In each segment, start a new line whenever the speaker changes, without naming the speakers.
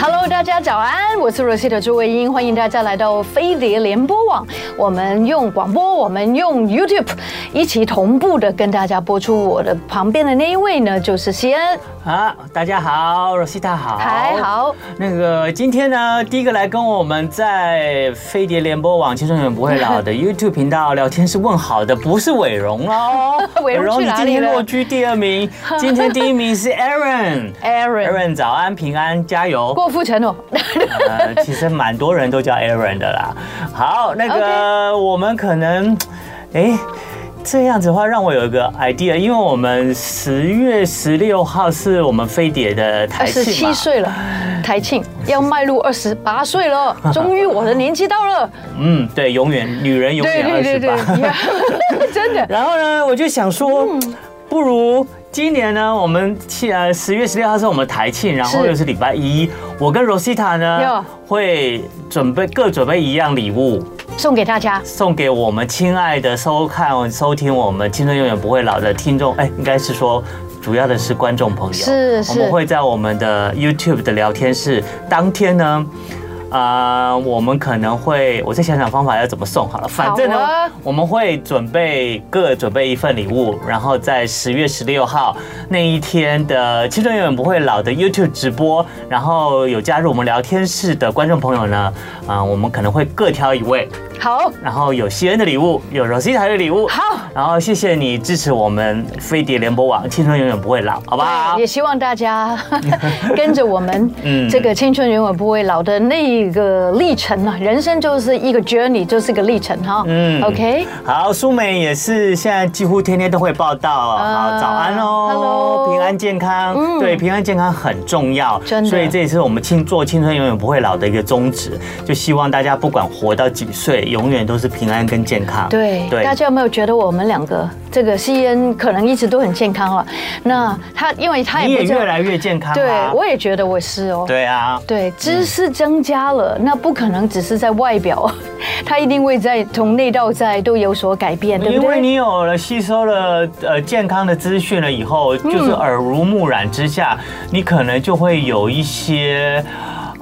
Hello，大家早安，我是 Rosita 朱慧英，欢迎大家来到飞碟联播网。我们用广播，我们用 YouTube，一起同步的跟大家播出。我的旁边的那一位呢，就是西恩。
啊，大家好，Rosita 好，
嗨好。。
那个今天呢，第一个来跟我们在飞碟联播网《青春永远不会老》的 YouTube 频道聊天是问好的，不是伟荣哦
伟荣去
你
哪里了
今天落居第二名，今天第一 名是 Aaron。
Aaron
Aaron 早安，平安，加油。
郭富城哦，
呃，其实蛮多人都叫 Aaron 的啦。好，那个我们可能，哎。这样子的话，让我有一个 idea，因为我们十月十六号是我们飞碟的
二
台
十哦
庆
七
嘛，
岁了，台庆要迈入二十八岁 了，终于我的年纪到了。
嗯，对，永远女人永远二十八。
对， 嗯真的。
然后呢，我就想说，不如今年呢，我们庆呃十月十六号是我们台庆，然后
是
又是礼拜一，我跟 Rosita
哟
呢会准备各准备一样礼物，
送给大家，
送给我们亲爱的收看、收听我们《青春永远不会老》的听众，哎，应该是说。主要的是观众朋友，
是是
我们会在我们的 YouTube 的聊天室，当天呢，啊，我们可能会，我再想想方法要怎么送好了。反正呢，
好啊
我们会准备各准备一份礼物，然后在十月十六号那一天的《青春永远不会老》的 YouTube 直播，然后有加入我们聊天室的观众朋友呢，啊、我们可能会各挑一位，
好，
然后有西恩的礼物，有 Rosita 的礼物。
好，
然后谢谢你支持我们飞碟联播网，青春永远不会老，好不好
对也？希望大 家跟着我们，
嗯
这个青春永远不会老的那个历程啊，人生就是一个 journey，就是个历程哈。嗯
嗯
，OK，
好，苏梅也是现在几乎天天都会报道。
啊
好，早安哦
hello 嗯
平安健康。对，平安健康很重要，
真的
所以这也是我们青做青春永远不会老的一个宗旨，就希望大家不管活到几岁，永远都是平安跟健康。
对，
对
大，家有没有觉得我们两个这个吸烟可能一直都很健康了？那他因为他
你
也
也
不知道
越来越健康
对
啦，。
我也觉得我是哦。
对啊，
对，知识增加了，那不可能只是在外表，啊 他一定会在从内到外都有所改变，对不
因
对？
为你有了吸收了呃健康的资讯了以后，就是耳濡目染之下，你可能就会有一些。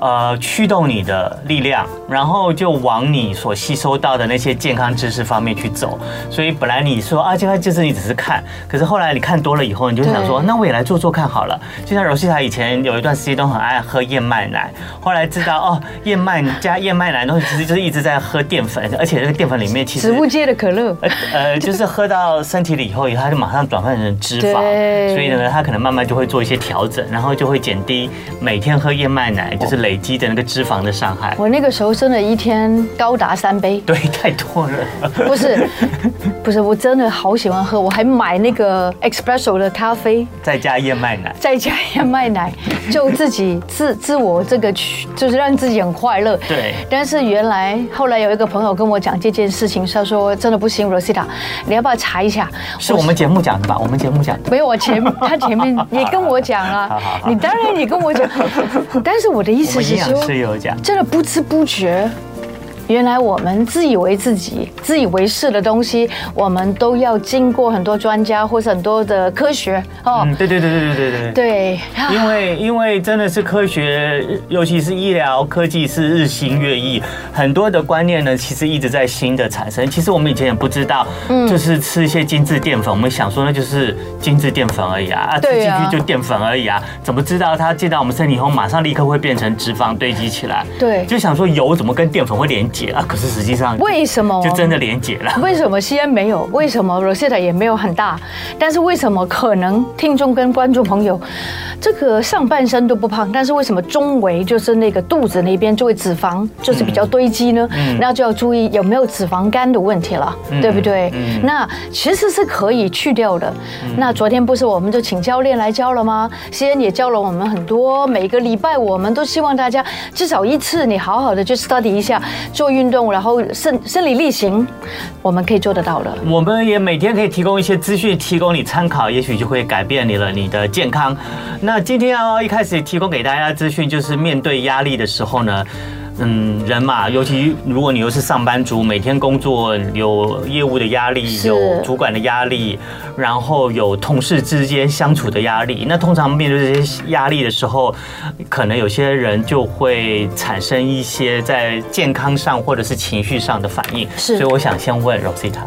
呃，驱动你的力量，然后就往你所吸收到的那些健康知识方面去走。所以本来你说啊，健康知识你只是看，可是后来你看多了以后，你就想说，
对
那我也来做做看好了。就像柔西塔以前有一段时间都很爱喝燕麦奶，后来知道哦，燕麦加燕麦奶的东西其实就是一直在喝淀粉，而且这个淀粉里面其实
植物界的可乐，
呃 呃，就是喝到身体里以后，它就马上转换成脂肪
对，
所以呢，它可能慢慢就会做一些调整，然后就会减低每天喝燕麦奶就是累积的那个脂肪的伤害。
我那个时候真的一天高达三杯，
对，太多了。
不是，不是，我真的好喜欢喝，我还买那个 espresso 的咖啡，
再加燕麦奶，
再加燕麦 奶，就自己自自我这个去，就是让自己很快乐。
对
但是原来后来有一个朋友跟我讲这件事情，他说真的不行，Rosita，你要不要查一下？
是我们节目讲的吧？我们节目讲的。
没有，我 前他前面也跟我讲
好
了
好，好
你当然也跟我 讲，但是我的意
我
思
们
是
营养
说
师，有讲，
真的不知不觉，原来我们自以为自己、自以为是的东西，我们都要经过很多专家或是很多的科学哦。
嗯，对对对对对对对。
对，
因为因为真的是科学，尤其是医疗科技是日新月异，很多的观念呢，其实一直在新的产生。其实我们以前也不知道，
嗯
就是吃一些精致淀粉，我们想说那就是精致淀粉而已啊，啊吃
对
进
啊
去就淀粉而已啊，怎么知道它进到我们身体以后，马上立刻会变成脂肪堆积起来？
对
就想说油怎么跟淀粉会连结啊？可是实际上
为什么
就真的连结了。
为什么西安没有？为什么 Rosetta 也没有很大？但是为什么可能听众跟观众朋友，这个上半身都不胖，但是为什么中围就是那个肚子那边就会脂肪就是
嗯
比较堆积呢？那就要注意有没有脂肪肝的问题了，
嗯
对不对？那其实是可以去掉的。
嗯
那昨天不是我们就请教练来教了吗？西安也教了我们很多，每个礼拜我们都希望大家至少一次你好好的去 study 一下，做运动，然后身身体力行，我们可以做得到的。
我们也每天可以提供一些资讯，提供你参考，也许就会改变你了你的健康。那今天要一开始提供给大家的资讯，就是面对压力的时候呢。嗯，人嘛，尤其如果你又是上班族，每天工作有业务的压力，
是
有主管的压力，然后有同事之间相处的压力。那通常面对这些压力的时候，可能有些人就会产生一些在健康上或者是情绪上的反应。
是
所以我想先问 Rosita。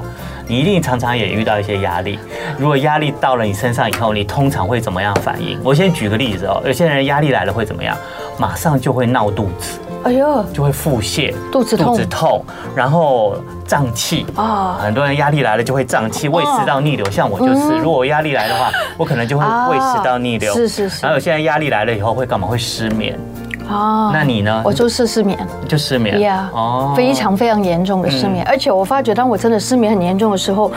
你一定常常也遇到一些压力，如果压力到了你身上以后，你通常会怎么样反应？我先举个例子哦，有些人压力来了会怎么样？马上就会闹肚子，
哎呦，
就会腹泻、
肚子痛
肚子痛，然后胀气
啊
很多人压力来了就会胀
哦
气，胃食道逆流。像我就是，如果我压力来的话，我可能就会
嗯啊
胃食道逆流。啊
是是是
然后有些人压力来了以后会干嘛？会失眠。
啊
那你呢？
我就是失眠。
就失眠。
呀，
哦嗯
非常非常严重的失眠，而且我发觉，当我真的失眠很严重的时候，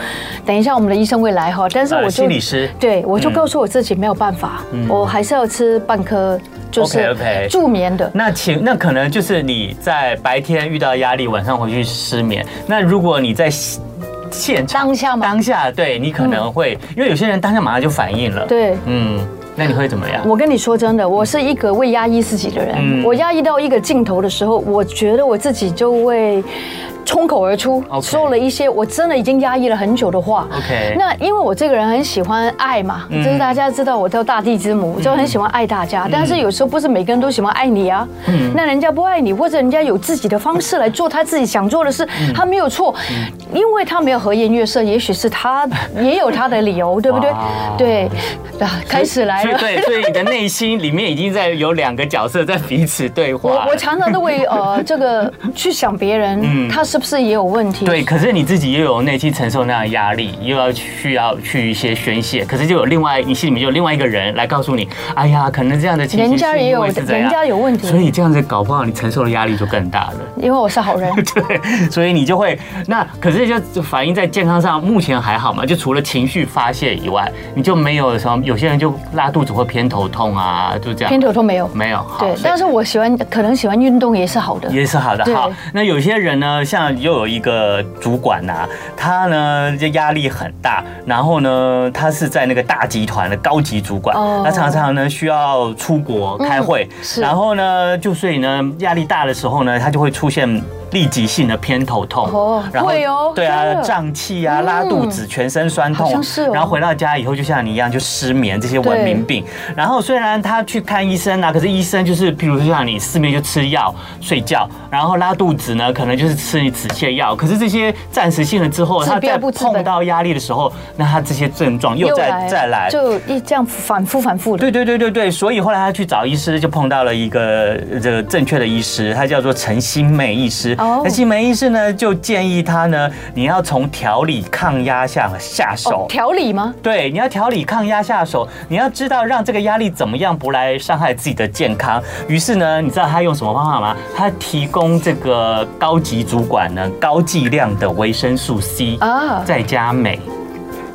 等一下我们的医生会来哈，但是
呃
我就、
心理师
对我就告诉我自己没有办法，我还是要吃半颗就是
嗯 OK，OK
助眠的。
那请那可能就是你在白天遇到压力，晚上回去失眠。那如果你在现现场
当下吗
当下对你可能会，因为有些人当下马上就反应了。，
对，
嗯，那你会怎么样？
我跟你说真的，我是一个会压抑自己的人。
嗯
我压抑到一个尽头的时候，我觉得我自己就会冲口而出
OK
说了一些我真的已经压抑了很久的话。
OK 嗯
那因为我这个人很喜欢爱嘛，就是大家知道我叫大地之母，就很喜欢爱大家。但是有时候不是每个人都喜欢爱你啊。
嗯
那人家不爱你，或者人家有自己的方式来做他自己想做的事，
嗯
他没有错，因为他没有和颜悦色，也许是他也有他的理由，对不对
哇？
对，啊，开始来
所以
了。
对，所以你的内心里面已经在有两个角色在彼此对话。
我我常常都 会呃，这个去想别人、他是不是也有问题？
嗯对，可是你自己也有内心承受那样的压力，又要需要去一些宣泄，可是就有另外你心里面就有另外一个人来告诉你，哎呀，可能这样的情形
人家
是因
也有
为是这样
人家有问题
所以这样子搞不好你承受的压力就更大了。
因为我是好人，
对，所以你就会那可是就反映在健康上，目前还好嘛？就除了情绪发泄以外，你就没有什么有些人就拉肚子或偏头痛啊，就这样。
偏头痛没有。
没有，好
对，
所以
但是我喜欢，可能喜欢运动也是好的。
也是好的，
对
好。那有些人呢，像又有一个主管呐、他呢就压力很大，然后呢，他是在那个大集团的高级主管，
哦嗯
他常常呢需要出国开会，
是
然后呢，就所以呢压力大的时候呢，他就会出现。立即性的偏头痛，
哦
然后
会哦
对
真
啊，
的
胀气啊，
嗯
拉肚子，全身酸
好
痛
像是哦，
然后回到家以后就像你一样就失眠，这些文明
对
病。然后虽然他去看医生啊，可是医生就是，譬如说像你失眠就吃药、睡觉，然后拉肚子呢，可能就是吃你止泻药。可是这些暂时性的之后，
治
他
标
在
不治本
碰到压力的时候，那他这些症状又再再来。
就一这样反复反复的。
对对对对对，所以后来他去找医师，就碰到了一个呃这个正确的医师，他叫做陈新梅医师。
哦
陈新梅医师呢，就建议他呢，你要从调理抗压下下手。
哦，调理吗？
对，你要调理抗压下手，你要知道让这个压力怎么样不来伤害自己的健康。于是呢，你知道他用什么方法吗？他提供这个高级主管呢高剂量的维生素 C
啊
再加镁，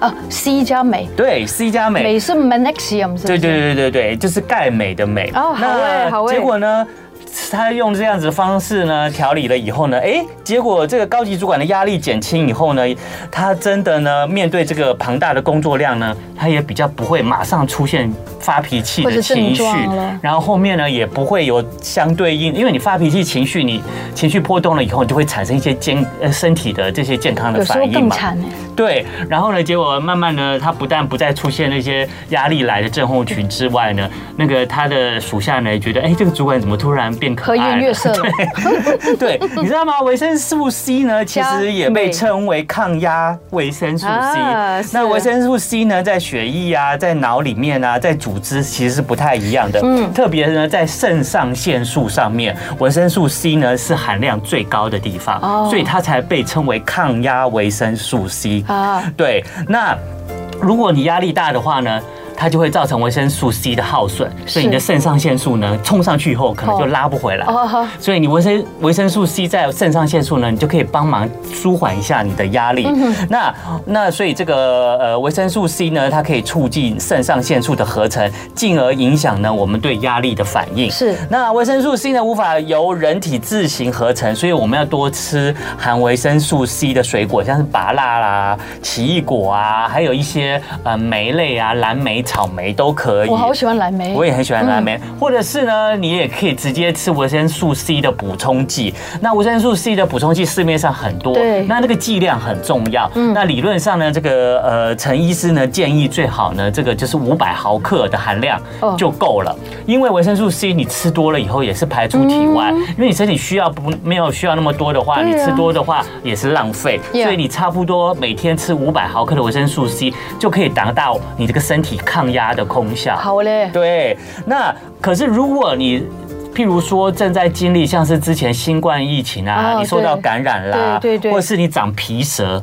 啊，C 加镁，
对，C 加镁，
镁是 magnesium 是不
对
是？
对对对对，就是钙镁的镁。
哦好
那
欸好欸
结果呢？他用这样子的方式呢调理了以后呢，哎，结果这个高级主管的压力减轻以后呢，他真的呢面对这个庞大的工作量呢，他也比较不会马上出现发脾气
或
的
者是
情
你
绪
撞了，
然后后面呢也不会有相对应，因为你发脾气情绪，你情绪波动了以后，你就会产生一些健呃身体的这些健康的
有时
反
候
应
更
嘛。
惨哎。
对，然后呢，结果慢慢呢，他不但不再出现那些压力来的症候群之外呢，那个他的属下呢也觉得，哎，这个主管怎么突然变可
和
爱
颜悦色了，
对 对，你知道吗？维生素 C 呢，其
加
实也
镁
被称为抗压维生素 C。
啊
那
是
维生素 C 呢，在血液啊，在脑里面啊，在组织其实是不太一样的。嗯，
嗯
特别呢，在肾上腺素上面，维生素 C 呢是含量最高的地方，
哦
所以它才被称为抗压维生素 C。
啊，
对，那如果你压力大的话呢？它就会造成维生素 C 的耗损，所以你的肾上腺素呢冲上去以后，可能就
哦
拉不回来。
哦
所以你维生维生素 C 在肾上腺素呢，你就可以帮忙舒缓一下你的压
嗯
力。那那所以这个呃维生素 C 呢，它可以促进肾上腺素的合成，进而影响呢我们对压力的反应。
是
那维生素 C 呢无法由人体自行合成，所以我们要多吃含维生素 C 的水果，像是芭乐啦、奇异果啊，还有一些呃莓类啊、蓝莓莓、草莓都可以。
我好喜欢蓝莓，
我也很喜欢蓝莓，
嗯
或者是呢，你也可以直接吃维生素 C 的补充剂。那维生素 C 的补充剂市面上很多，
对嗯
那那个剂量很重要。那理论上呢，这个呃陈医师呢建议最好呢，这个就是五百毫克的含量
哦
就够了，因为维生素 C 你吃多了以后也是排出体外，因为你身体需要不没有需要那么多的话，
嗯对
你
啊
吃多的话也是浪费，
Yeah
所以你差不多每天吃五百毫克的维生素 C 就可以达到你这个身体抗压的功效。
好嘞，
对，那可是如果你。譬如说，正在经历像是之前新冠疫情啊，
哦
你受到感染啦，
对对对
或者是你长皮蛇，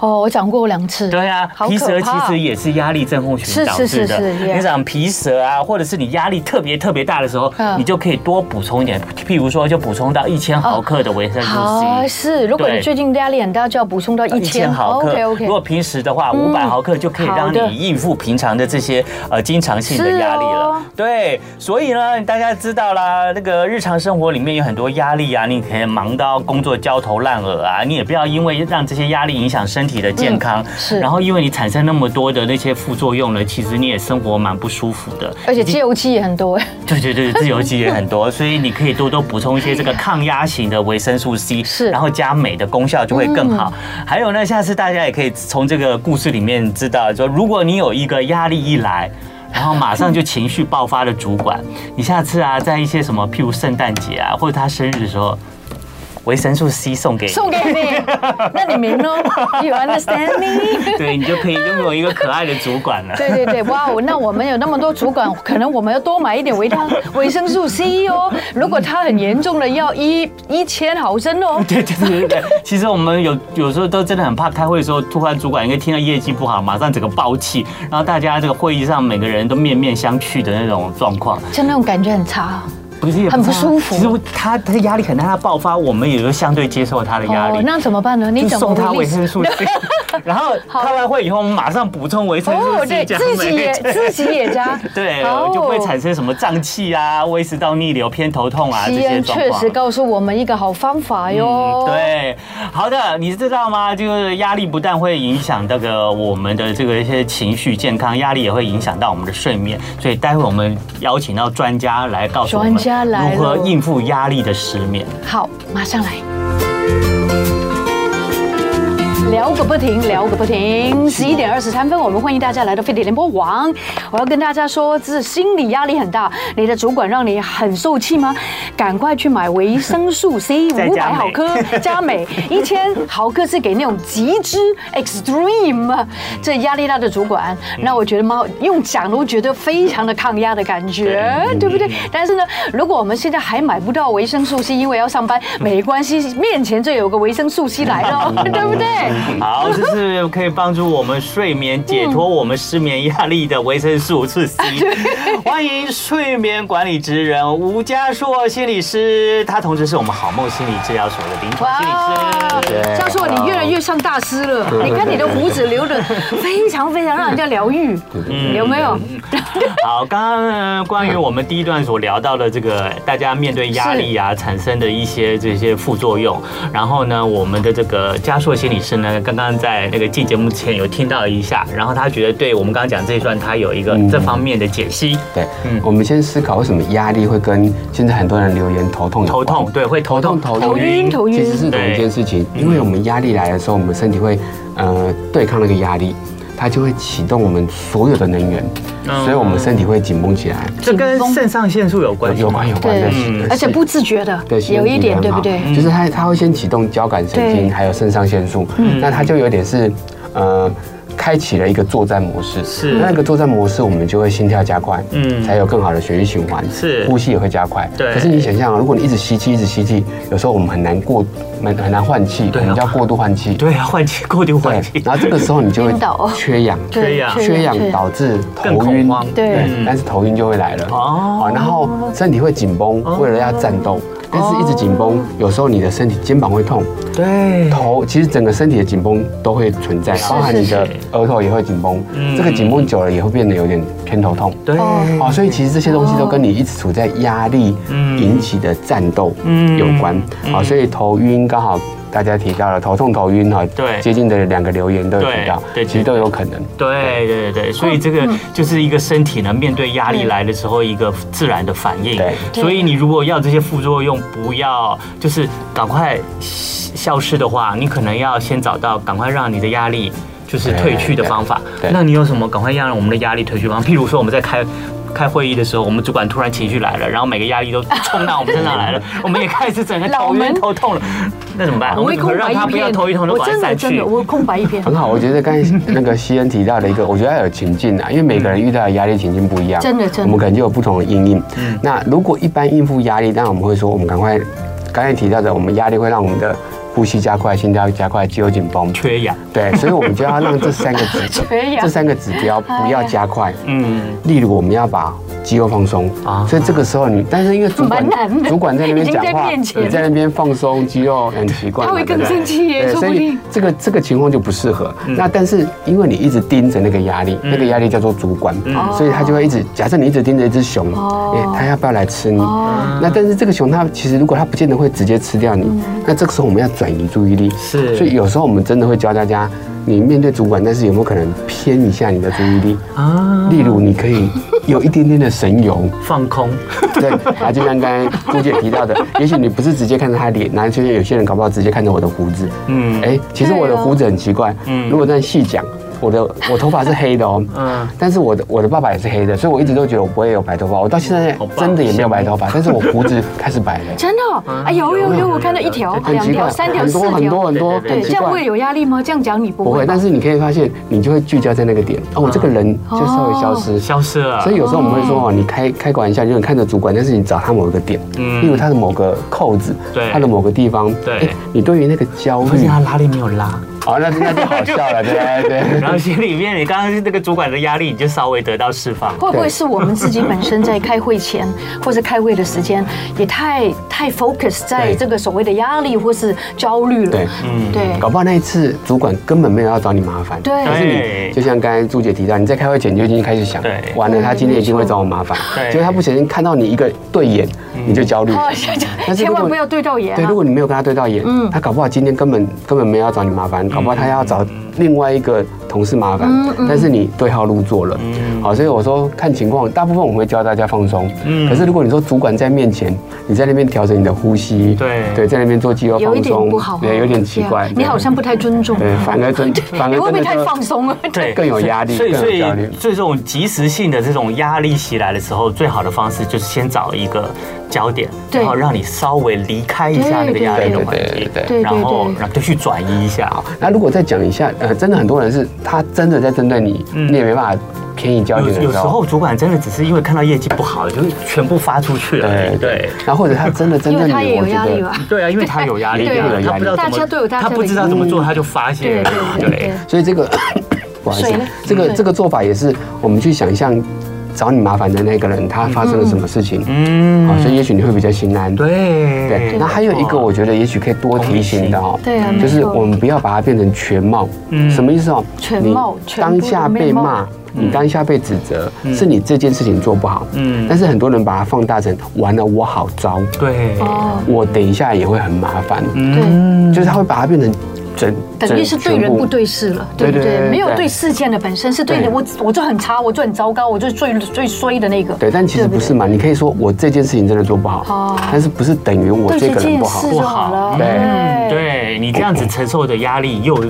哦，我长过两次，
对啊，
好
皮蛇
可
其
怕
实也是压力症候群
是
导
是
致
是
的。
是，yeah
你长皮蛇啊，或者是你压力特别特别大的时候，
嗯
你就可以多补充一点，譬如说就补充到一千毫克的维生素 C。
好是，如果
对
你最近压力很大，就要补充到一
一
千
千毫克。
，OK OK，
如果平时的话，五百毫克就可以让
嗯好的
你应付平常的这些呃经常性的压力
是哦
了。对，所以呢，大家知道啦，那个日常生活里面有很多压力啊，你可以忙到工作焦头烂额啊，你也不要因为让这些压力影响身体的健康。
嗯是
然后因为你产生那么多的那些副作用呢，其实你也生活蛮不舒服的。
而且
已经
自由基也很多哎，
对对对，自由基也很多，所以你可以多多补充一些这个抗压型的维生素 C，
是嗯
然后加镁的功效就会更好。还有呢，下次大家也可以从这个故事里面知道，说如果你有一个压力一来。然后马上就情绪爆发的主管，你下次啊，在一些什么，譬如圣诞节啊，或者他生日的时候，维生素 C 送给你，
送给你，那你明 哦，You understand me？
对你就可以拥有一个可爱的主管了。
对对对，哇哦！那我们有那么多主管，可能我们要多买一点维他维生素 C 哦。如果他很严重的，要一一千毫升哦。
对对对对对，其实我们有有时候都真的很怕开会的时候，突然主管因为听到业绩不好，马上整个爆气，然后大家这个会议上每个人都面面相觑的那种状况，
就那种感觉很差
不是也
很不
差
舒服
其实他他的压力很大，他爆发，我们也就相对接受他的压力。
哦那怎么办呢？你
就
怎么
送他
release？
维生素 C，然 后
好
开完会以后，我们马上补充维生素
哦，
C，
对，
加
自己
镁，
也哦自己也加
对
好，
就不会产生什么胀气啊、胃食道逆流、偏头痛啊这
西
些
恩
状
哦确
况
实。告诉我们一个好方法哟。
嗯，。对，好的，你知道吗？就是压力不但会影响这个我们的这个一些情绪健康，压力也会影响到我们的睡眠。所以待会我们邀请到专家来告诉我们
专家来
如何
喽
应付压力的失眠。
好，马上来。聊个不停，聊个不停。十一点二十三分，我们欢迎大家来到飞碟联播网。我要跟大家说，这心理压力很大，你的主管让你很受气吗？赶快去买维生素 C
再
五
加
百
美
毫克，加美一千毫克是给那种极致 extreme 这压力大的主管。那我觉得蛮好，用讲都觉得非常的抗压的感觉，对不对？但是呢，如果我们现在还买不到维生素 C，因为要上班，没关系，面前就有个维生素 C 来了，对不对？
好，这是可以帮助我们睡眠、解脱我们失眠压力的维生素是 C。
嗯
欢迎睡眠管理职人吴家硕心理师，他同时是我们好梦心理治疗所的临床心理师。
教授，你越来越像大师了。你看你的胡子留的 非常非常让人家疗愈，有没有？
好，刚刚呢关于我们第一段所聊到的这个大家面对压力啊产生的一些这些副作用，然后呢，我们的这个嘉硕心理师呢，刚刚在那个进节目前有听到一下，然后他觉得对我们刚刚讲这一段，他有一个
嗯
这方面的解析。
对，
嗯
我们先思考为什么压力会跟现在很多人留言头痛有
头
关
痛，对，会头痛，
头痛
头晕，头
其
晕
实。是同一件事情，因为我们压力来的时候，我们身体会呃对抗那个压力，它就会启动我们所有的能源，
嗯
所以我们身体会紧绷起来，
这跟肾上腺素有关系吗
有关有关
对
的
嗯，
而且不自觉的
对，，行
有
为
一
举
点，
得
对不
很
对
好？就是它它会先启动交感神
对嗯
经，还有肾上腺素，那它就有点是呃。开启了一个作战模式，
是
那那个作战模式，我们就会心跳加快，
嗯
嗯，才有更好的血液循环，
是
呼吸也会加快，
对
可是你想象啊，如果你一直吸气，一直吸气，有时候我们很难过，很很难换气，
对啊
我们叫过度换气，
对啊，换气，固定换气，
然后这个时候你就会
晕倒哦
缺氧，
对
缺氧
缺氧导致
更
头
恐
晕
慌，
对
嗯
但是头晕就会来了
哦
哦，然后身体会紧绷，为了要战斗，但是一直紧绷，有时候你的身体肩膀会痛，
对，
头其实整个身体的紧绷都会存在，包含你的额头也会紧绷
嗯，
这个紧绷久了也会变得有点偏头痛。
对，
哦，所以其实这些东西都跟你一直处在压力
嗯
哦引起的战斗有关。啊，所以头晕刚好大家提到了头痛、头晕哈，
对
接近的两个留言都有提到，
对对
其实都有可能。
对对对对，所以这个就是一个身体呢，面对压力来的时候一个自然的反应
对。
对
所以你如果要这些副作用，不要就是赶快消失的话，你可能要先找到赶快让你的压力就是退去的方法
对对。对
那你有什么赶快让我们的压力退去的方法？譬如说我们在开。开会议的时候，我们主管突然情绪来了，然后每个压力都冲到我们身上来了，我们也开始整个头
脑
晕
门
头痛了，那怎么办？我
会
们怎么
空白
让
一
他不要
片，
头晕头痛，
我
把它
真的
散
真
去
的？我空白一片，
很好，我觉得刚才那个西恩提到的一个，我觉得要有情境啊，因为每个人遇到的压力情境不一样，
真的真嗯的
我们可能就有不同的应应。那如果一般应付压力，当然我们会说，我们赶快，刚才提到的，我们压力会让我们的呼吸加快、心跳加快、肌肉紧绷，
缺氧。
对，所以我们就要让这三个指
缺氧
这三个指标不要加快。
嗯，
例如，我们要把肌肉放松
啊
所以这个时候你，但是因为主管
蛮难的
主管在那边讲
已经在
话，
面前
你在那边放松肌肉很奇怪嘛，
他会更
啊对不对
生气耶
对
说不
所以
定嗯
这个这个情况就不适合。那但是因为你一直盯着那个压力，那个压力叫做主管，所以他就会一直假设你一直盯着一只熊，
嗯哦
哎，它要不要来吃你？
哦
那但是这个熊它其实如果它不见得会直接吃掉
嗯
你，那这个时候我们要转移注意力，
是
所以有时候我们真的会教大家，你面对主管，但是有没有可能偏一下你的注意力？
哦
啊，
例如，你可以有一点点的神游，
放空，
对，啊，就像刚才朱姐提到的，也许你不是直接看着他脸，那就像有些人搞不好直接看着我的胡子，
嗯
嗯，哎，其实我的
对哦
胡子很奇怪，
嗯
嗯，如果这样细讲，我的我头发是黑的哦，
嗯
嗯， 但是我的我的爸爸也是黑的，所以我一直都觉得我不会有白头发，我到现在
好棒
真的也没有白头发，但是我胡子开始白了，
真的哦，
嗯
哎有有有，我看到一条、
很
两
奇怪，
条、三条、
很
四
多很多
条，
很多，
对对对
很
对，这
奇
样
怪。
会有压力吗？这嗯样讲你不
不
会
会，
吧
但是你可以发现，你就会聚焦在那个点，哦，我这个人就稍微消
哦
失，
消失了。
所以有时候我们会说哦，你开开个玩笑，就是你看着主管，但是你找他某一个点，
嗯
例如他的某个扣子，
对
他的某个地方，
对
哎你对于那个焦
发
虑
现，他哪里没有拉，
哦，那那就好笑 了，对对
然
对。
后心里面你刚刚那个主管的压力，你就稍微得到释放。
会不会
对
是我们自己本身在开会前或者开会的时间也太太 focus 在
对
这个所谓的压力或是焦虑了？
对
嗯
对
搞不好那一次主管根本没有要找你麻烦，
对
可是你就像刚才朱姐提到，你在开会前你就已经开始想
对，
完了他今天一定会找我麻烦
对，嗯
结果他不小心看到你一个对眼，你就焦虑。
哦， 这这
但是
千
如果
万不要对到眼
对，
啊
如！果你没有跟他对到眼，
嗯
他搞不好今天根本根本没有要找你麻
嗯
烦，搞不好他要找另外一个同事麻烦，
嗯
但是你对号入座了。
嗯
好，所以我说看情况，大部分我会教大家放松。
嗯
可是如果你说主管在面前，你在那边调整你的呼吸，
对
对，在那边做肌肉
有一
放
点
松
不好，，
对，有点奇
对啊
怪。
你好像不太尊重，
对，反 而真反
你
而
会不会
真的
太
就
放松了？
对，
更有压力
所以所以
更有焦虑
所以这种即时性的这种压力袭来的时候，最好的方式就是先找一个焦点，
对
然后让你稍微离开一下那个压力的环
对对对对
对
境，然后然后就去转移一下。
那如果再讲一下，呃，真的很多人是他真的在针对你，你也没办法偏移焦
有
点的
嗯有时候主管真的只是因为看到业绩不好，就全部发出去了。
对对，然后或者他真的针
因
对
为他
你，
也
我
有
觉
压力
得
吧。
对啊，因为他有压力
对
啊，他不知道怎么
大家都有大家
他不知道怎么做，他就发泄
对对
了。
对对对，
所 以这个不好意思
水呢，
这个
对
这个做法也是我们去想象找你麻烦的那个人他发生了什么事情，
嗯
好，所以也许你会比较心安。
对
对，那还有一个我觉得也许可以多提醒的哦，
对啊
嗯
没错
就是我们不要把它变成全貌，什么意思哦？
全貌
你
全部
当
都
下
没
被
有貌
骂。你当下被指责，是你这件事情做不好，
嗯
嗯，但是很多人把它放大成完了，我好糟，
对，
哦，
我等一下也会很麻烦，
嗯
对，
就是他会把它变成整，
等于是对人
全部
不对事了，对不
对对
对？
对
没有
对
对事件的本身，是对
对
人我我就很差，我就很糟糕，我就最最衰的那个。
对，但其实
对不
不是嘛？你可以说我这件事情真的做不
哦
好，但是不是等于我
对
这
这
个人
件
不好
事？就好了，
对
对
嗯对你这样子承受的压力又。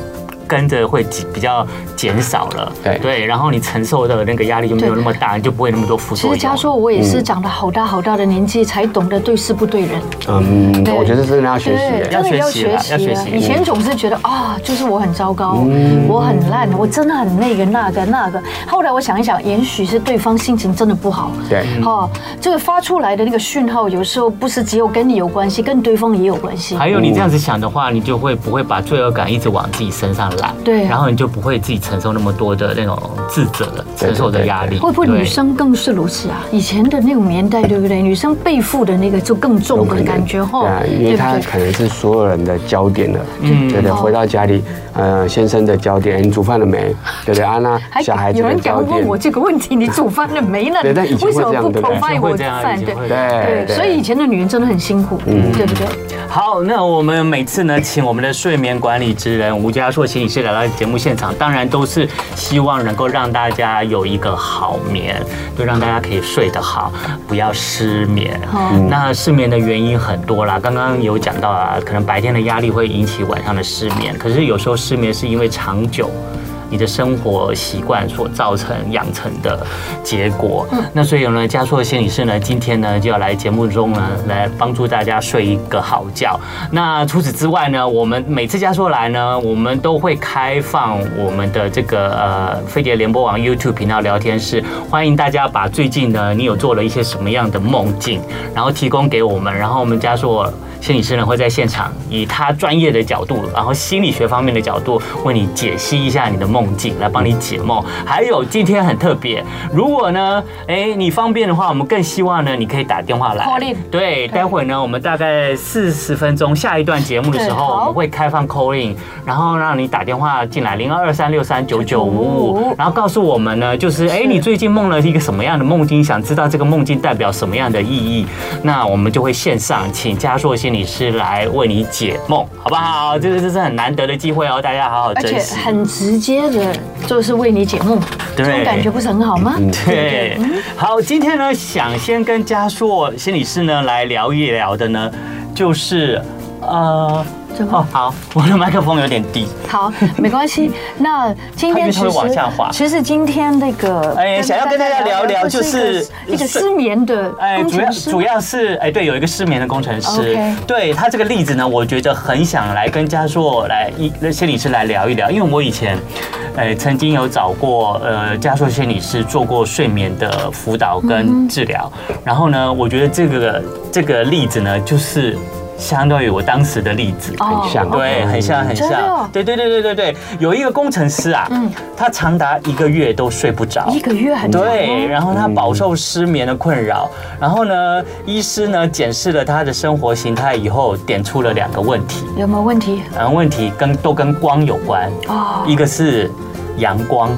跟着会比比较减少了，
对
然后你承受的那个压力就没有那么大，你就不会那么多副
其
作
实
用。
家说，我也是长了好大好大的年纪，才懂得对事不对人。
嗯
对，
我觉得真的要学习
真
耶。
的
要
要
学习啦
学
要
习
学
了
习。
以前总是觉得啊，就是我很糟糕，我很烂，我真的很那个那个那个。后来我想一想，也许是对方心情真的不好。
对
哦，这个发出来的那个讯号，有时候不是只有跟你有关系，跟对方也有关系。
还有你这样子想的话，你就会不会把罪恶感一直往自己身上来，
对
然后你就不会自己承受那么多的那种自责、承受的压力。
会不会
对
女生更是如此啊？以前的那种年代，对不对？女生背负的那个就更重的感觉
对
吼，
啊，因
对
为他
不
可能是所有人的焦点了，
嗯
对对，
哦
回到家里，呃，先生的焦点，哎你煮饭了没？对对，安娜
对？
小孩子
啊有
的
人
焦
敢问
点
我，这个问题，你煮饭了没呢？
对但以前
为什
会这
么
样
不
对不对
provide
会
我
这样
饭？
以前会这样
对嗯
对，所以以前的女人真的很辛苦，对不对？
好，那我们每次呢，请我们的睡眠管理之人吴家硕心理师来到节目现场，当然都是希望能够让大家有一个好眠，就让大家可以睡得好，不要失眠。
哦
那失眠的原因很多啦，刚刚有讲到啊，可能白天的压力会引起晚上的失眠，可是有时候失眠是因为长久。你的生活习惯所造成养成的结果。那所以呢，嘉硕心理师呢，今天呢就要来节目中呢来帮助大家睡一个好觉。那除此之外呢，我们每次嘉硕来呢，我们都会开放我们的这个呃飞碟联播网 YouTube 频道聊天室，欢迎大家把最近呢你有做了一些什么样的梦境，然后提供给我们，然后我们嘉硕。心理师呢会在现场以他专业的角度，然后心理学方面的角度为你解析一下你的梦境，来帮你解梦。还有今天很特别，如果呢，哎，你方便的话，我们更希望呢，你可以打电话来
Call in。
对，待会儿呢，我们大概四十分钟下一段节目的时候，
对好
我们会开放 call in，然后让你打电话进来零二二三六三九九五五
55，
然后告诉我们呢，就是哎，你最近梦了一个什么样的梦境？想知道这个梦境代表什么样的意义？那我们就会线上请嘉硕心理师来为你解梦，好不好？这个这是很难得的机会哦，大家好好
而且
珍惜。
很直接的，就是为你解梦，这
对
种感觉不是嗯很好
嗯
吗？
对， 好，今天呢，想先跟嘉硕心理师呢来聊一聊的呢，就是呃，
怎么
哦，好，我的麦克风有点低，
好，没关系。 那今天
它
其
因为它会
实
往下滑
其实今天那个，
哎想要跟大家聊聊就是
一个一个失眠的
哎，
工
主要
程师，
主要是哎，对，有一个失眠的工程师
OK
对他这个例子呢，我觉得很想来跟嘉硕来一那心理师来聊一聊，因为我以前，哎，曾经有找过呃嘉硕心理师做过睡眠的辅导
嗯
跟治疗，然后呢，我觉得这个这个例子呢，就是相当于我当时的例子，
哦
很像嗯
对，很像很
真的哦嗯
像，对对对对对对，有一个工程师啊，他长达一个月都睡不着，
一个月很长哦
对，然后他饱受失眠的困扰，然后呢，医师呢检视了他的生活形态以后，点出了两个问题，
有没有问题？
两个问题跟都跟光有关，
哦
一个是阳光，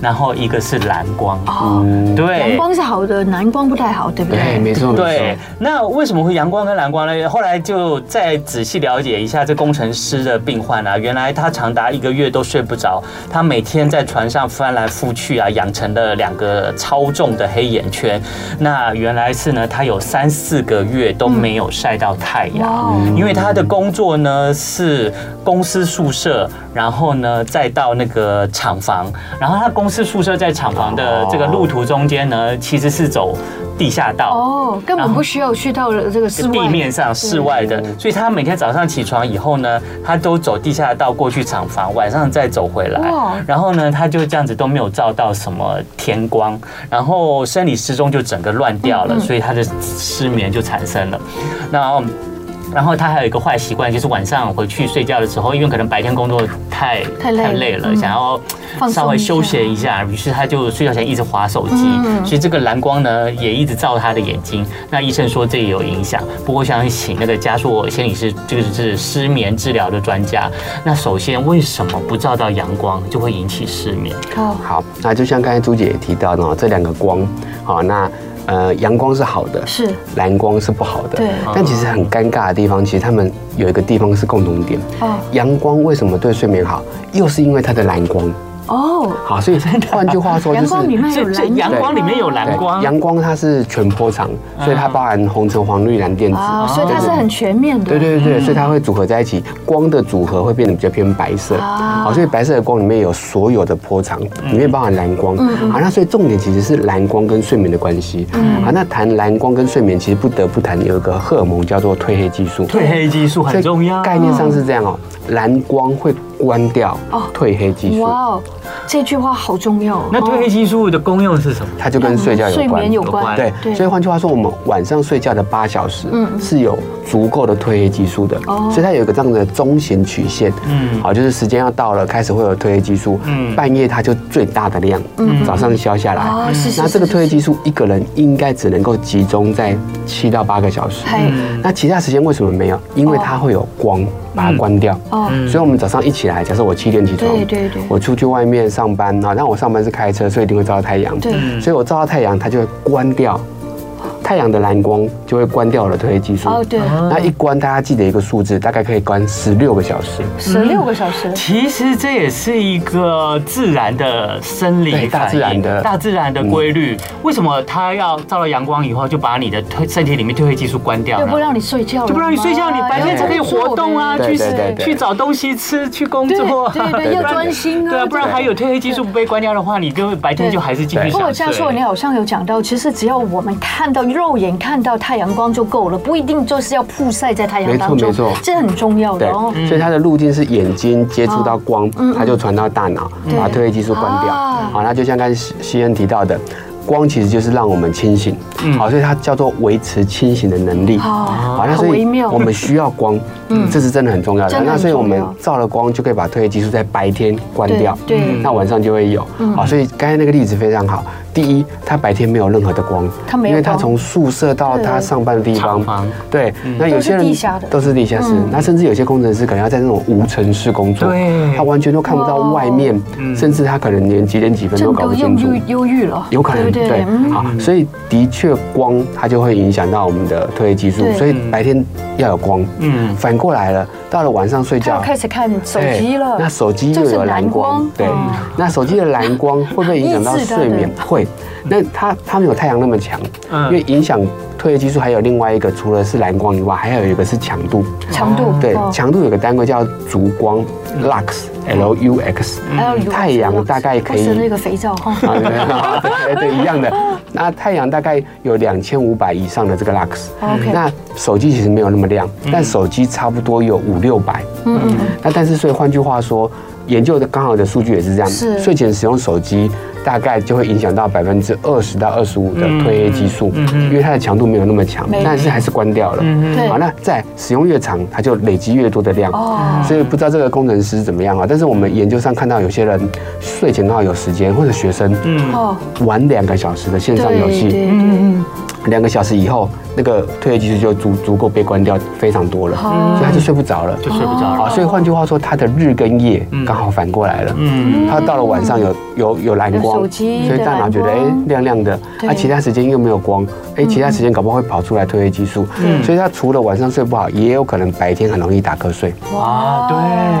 然后一个是蓝光，
哦，阳
对。
光是好的，蓝光不太好，对不
对，
对？
没错没
对
错，，
那为什么会阳光跟蓝光呢？后来就再仔细了解一下这工程师的病患啊，原来他长达一个月都睡不着，他每天在船上翻来覆去啊，养成了两个超重的黑眼圈。那原来是呢，他有三四个月都没有晒到太阳。
哇哦，
因为他的工作呢是公司宿舍，然后呢再到那个厂房，然后他公司宿舍在厂房的这个路途中间呢，其实是走地下道。
哦，根本不需要去到这个室外
地面上室外的，所以他每天早上起床以后呢，他都走地下道过去厂房，晚上再走回来
哇，
然后呢，他就这样子都没有照到什么天光，然后生理时钟就整个乱掉
嗯
了，所以他的失眠就产生了。那然后他还有一个坏习惯，就是晚上回去睡觉的时候，因为可能白天工作太
太累了嗯
想要
放松
稍微
一下
休闲一下，于是他就睡觉前一直划手机。
嗯
其实这个蓝光呢，也一直照他的眼睛。那医生说这也有影响。不过我想请那个家硕心理师，这个是失眠治疗的专家。那首先为什么不照到阳光就会引起失眠？
哦，
好，那就像刚才朱姐也提到的哦，这两个光，好，那呃，阳光是好的，
是
蓝光是不好的。
对
但其实很尴尬的地方，其实他们有一个地方是共同点。
哦
阳光为什么对睡眠好？又是因为它的蓝光。
哦，
好，所以换句话说就
阳
是
光里面有
这
蓝，
阳光里面有蓝光
对，阳光它是全波长，所以它包含红橙黄绿蓝靛
啊，嗯
紫。
所以它是很全面的，
哦对对对
嗯
对，所以它会组合在一起，光的组合会变得比较偏白色。
啊
好，所以白色的光里面有所有的波长，里面包含蓝光。
嗯
好，那所以重点其实是蓝光跟睡眠的关系。
嗯
好，那谈蓝光跟睡眠，其实不得不谈有一个荷尔蒙叫做褪黑激素。
褪黑激素很重要。
概念上是这样哦，蓝光会关掉
哦
褪黑激素。
哇哦，这句话好重要哦。
那褪黑激素的功用是什么？
它就跟睡觉有
睡
关
眠。有
有
关，
关
对，
对
所以换句话说，我们晚上睡觉的八小时，
嗯
是有足够的褪黑激素的，
哦
所以它有一个这样的中型曲线，
嗯
嗯，好，就是时间要到了，开始会有褪黑激素，
嗯
半夜它就最大的量，早上消下来，
嗯哦，是是是。
那这个褪黑
是
激素一个人应该只能够集中在七到八个小时，
嘿，
那其他时间为什么没有？因为它会有光把它关掉。
嗯
哦
所以我们早上一起来，假设我七点起床，
对对对
我出去外面上班啊，那我上班是开车，所以一定会照到太阳。
对
嗯
所以我照到太阳，它就会关掉。太阳的蓝光就会关掉了褪黑激素。
哦，对，
那一关，大家记得一个数字，大概可以关十六个小时。
十六个小
嗯
时，
其实这也是一个自然的生理反应，
对大自然的嗯
大自然的规律。为什么它要照到阳光以后就把你的褪身体里面褪黑激素关掉
就
呢？
不让你睡觉了吗，
就不让你睡觉，你白天才可以活动啊，
对
去
对对对
去找东西吃，去工
对
作啊。
对对，要专心啊，
对啊，不然还有褪黑激素不被关掉的话，你根本白天就还是继续想
对
不
睡。
过教授，你好像有讲到，其实只要我们看到肉眼看到太阳光就够了，不一定就是要曝晒在太阳当中，
没错没错
这很重要的
对嗯
哦。，嗯
所以它的路径是眼睛接触到光，它就传到大脑，把褪黑激素关掉。
啊
好，那就像刚才西西恩提到的，光其实就是让我们清醒，好，所以它叫做维持清醒的能力。
哦
好，那所
好微
以
妙嗯
我们需要光，这是真的很重要的。
真的
那
很
所以我们
重要
照了光就可以把褪黑激素在白天关掉，
对对嗯
那晚上就会有。好，所以刚才那个例子非常好。第一，它白天没有任何的光，
它没有
因为它
光
从宿舍到
对
它上班的地
厂
方
房，嗯
对，那有些人
都是地下的嗯
都是地下室，那甚至有些工程师可能要在那种无尘室工作，
对
他完全都看不到
哇
外面，甚至他可能连几点几分都
真
搞
的
不
忧
清楚。
郁忧郁了，
有可能
对不
对
对？嗯，
好，所以的确光它就会影响到我们的褪黑激素
对，
所以白天要有光。嗯，反过来了，到了晚上睡
他要
觉，
开始看手
对
机了，
那手机
就
又
是
有蓝光，对
哦，
那手机的蓝光会不会影响到睡眠
抑制？
会。那它它没有太阳那么强，因为影响褪黑激素还有另外一个，除了是蓝光以外，还有一个是强度。
强度
对，
哦
强度有个单位叫烛光 lux L U X，
还有乳
嗯太阳大概可以
或是那个肥皂哦哈，
啊，对对对，一样的。那太阳大概有两千五百以上的这个 lux，
OK
那手机其实没有那么亮，但手机差不多有五六百。
嗯嗯嗯，
那但是所以换句话说，研究的刚好的数据也是这样，
是
睡前使用手机大概就会影响到百分之二十到二十五的褪黑激素，因为它的强度没有那么强
嗯没，嗯
但是还是关掉了。
对
好，那再使用越长，它就累积越多的量。
哦
所以不知道这个工程师怎么样啊，但是我们研究上看到有些人睡前刚好有时间，或者学生，
哦，
玩两个小时的线
对
上游
对
戏，
对，
嗯两个小时以后，那个褪黑激素就足足够被关掉非常多了，
哦
所以他就睡不着了。
就睡不着了。
啊，所以换句话说，他的日跟夜刚好反过来了。
嗯
嗯，他到了晚上有有有蓝
有
光
手，机
所以大脑觉得
的
哎
蓝光
亮亮的，
对嗯
啊其他时间又没有光，哎其他时间搞不好会跑出来褪黑激素，所以他除了晚上睡不好，也有可能白天很容易打瞌睡，
啊，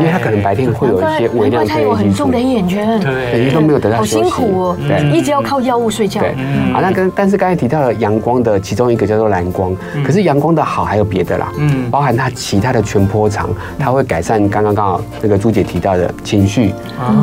因
对，
为他可能白天会有一些微
难怪
量褪
他有
黑激
很重
素
的。黑眼圈，
对
对，因为都没有得到
好
休
辛
息，
苦哦，
对。
一直要靠药物睡觉，嗯
对，好，那跟但是刚才提到了阳光的其中一个叫做蓝光，可是阳光的好还有别的啦，嗯，包含它其他的全波长，它会改善刚刚刚好那个朱姐提到的情绪，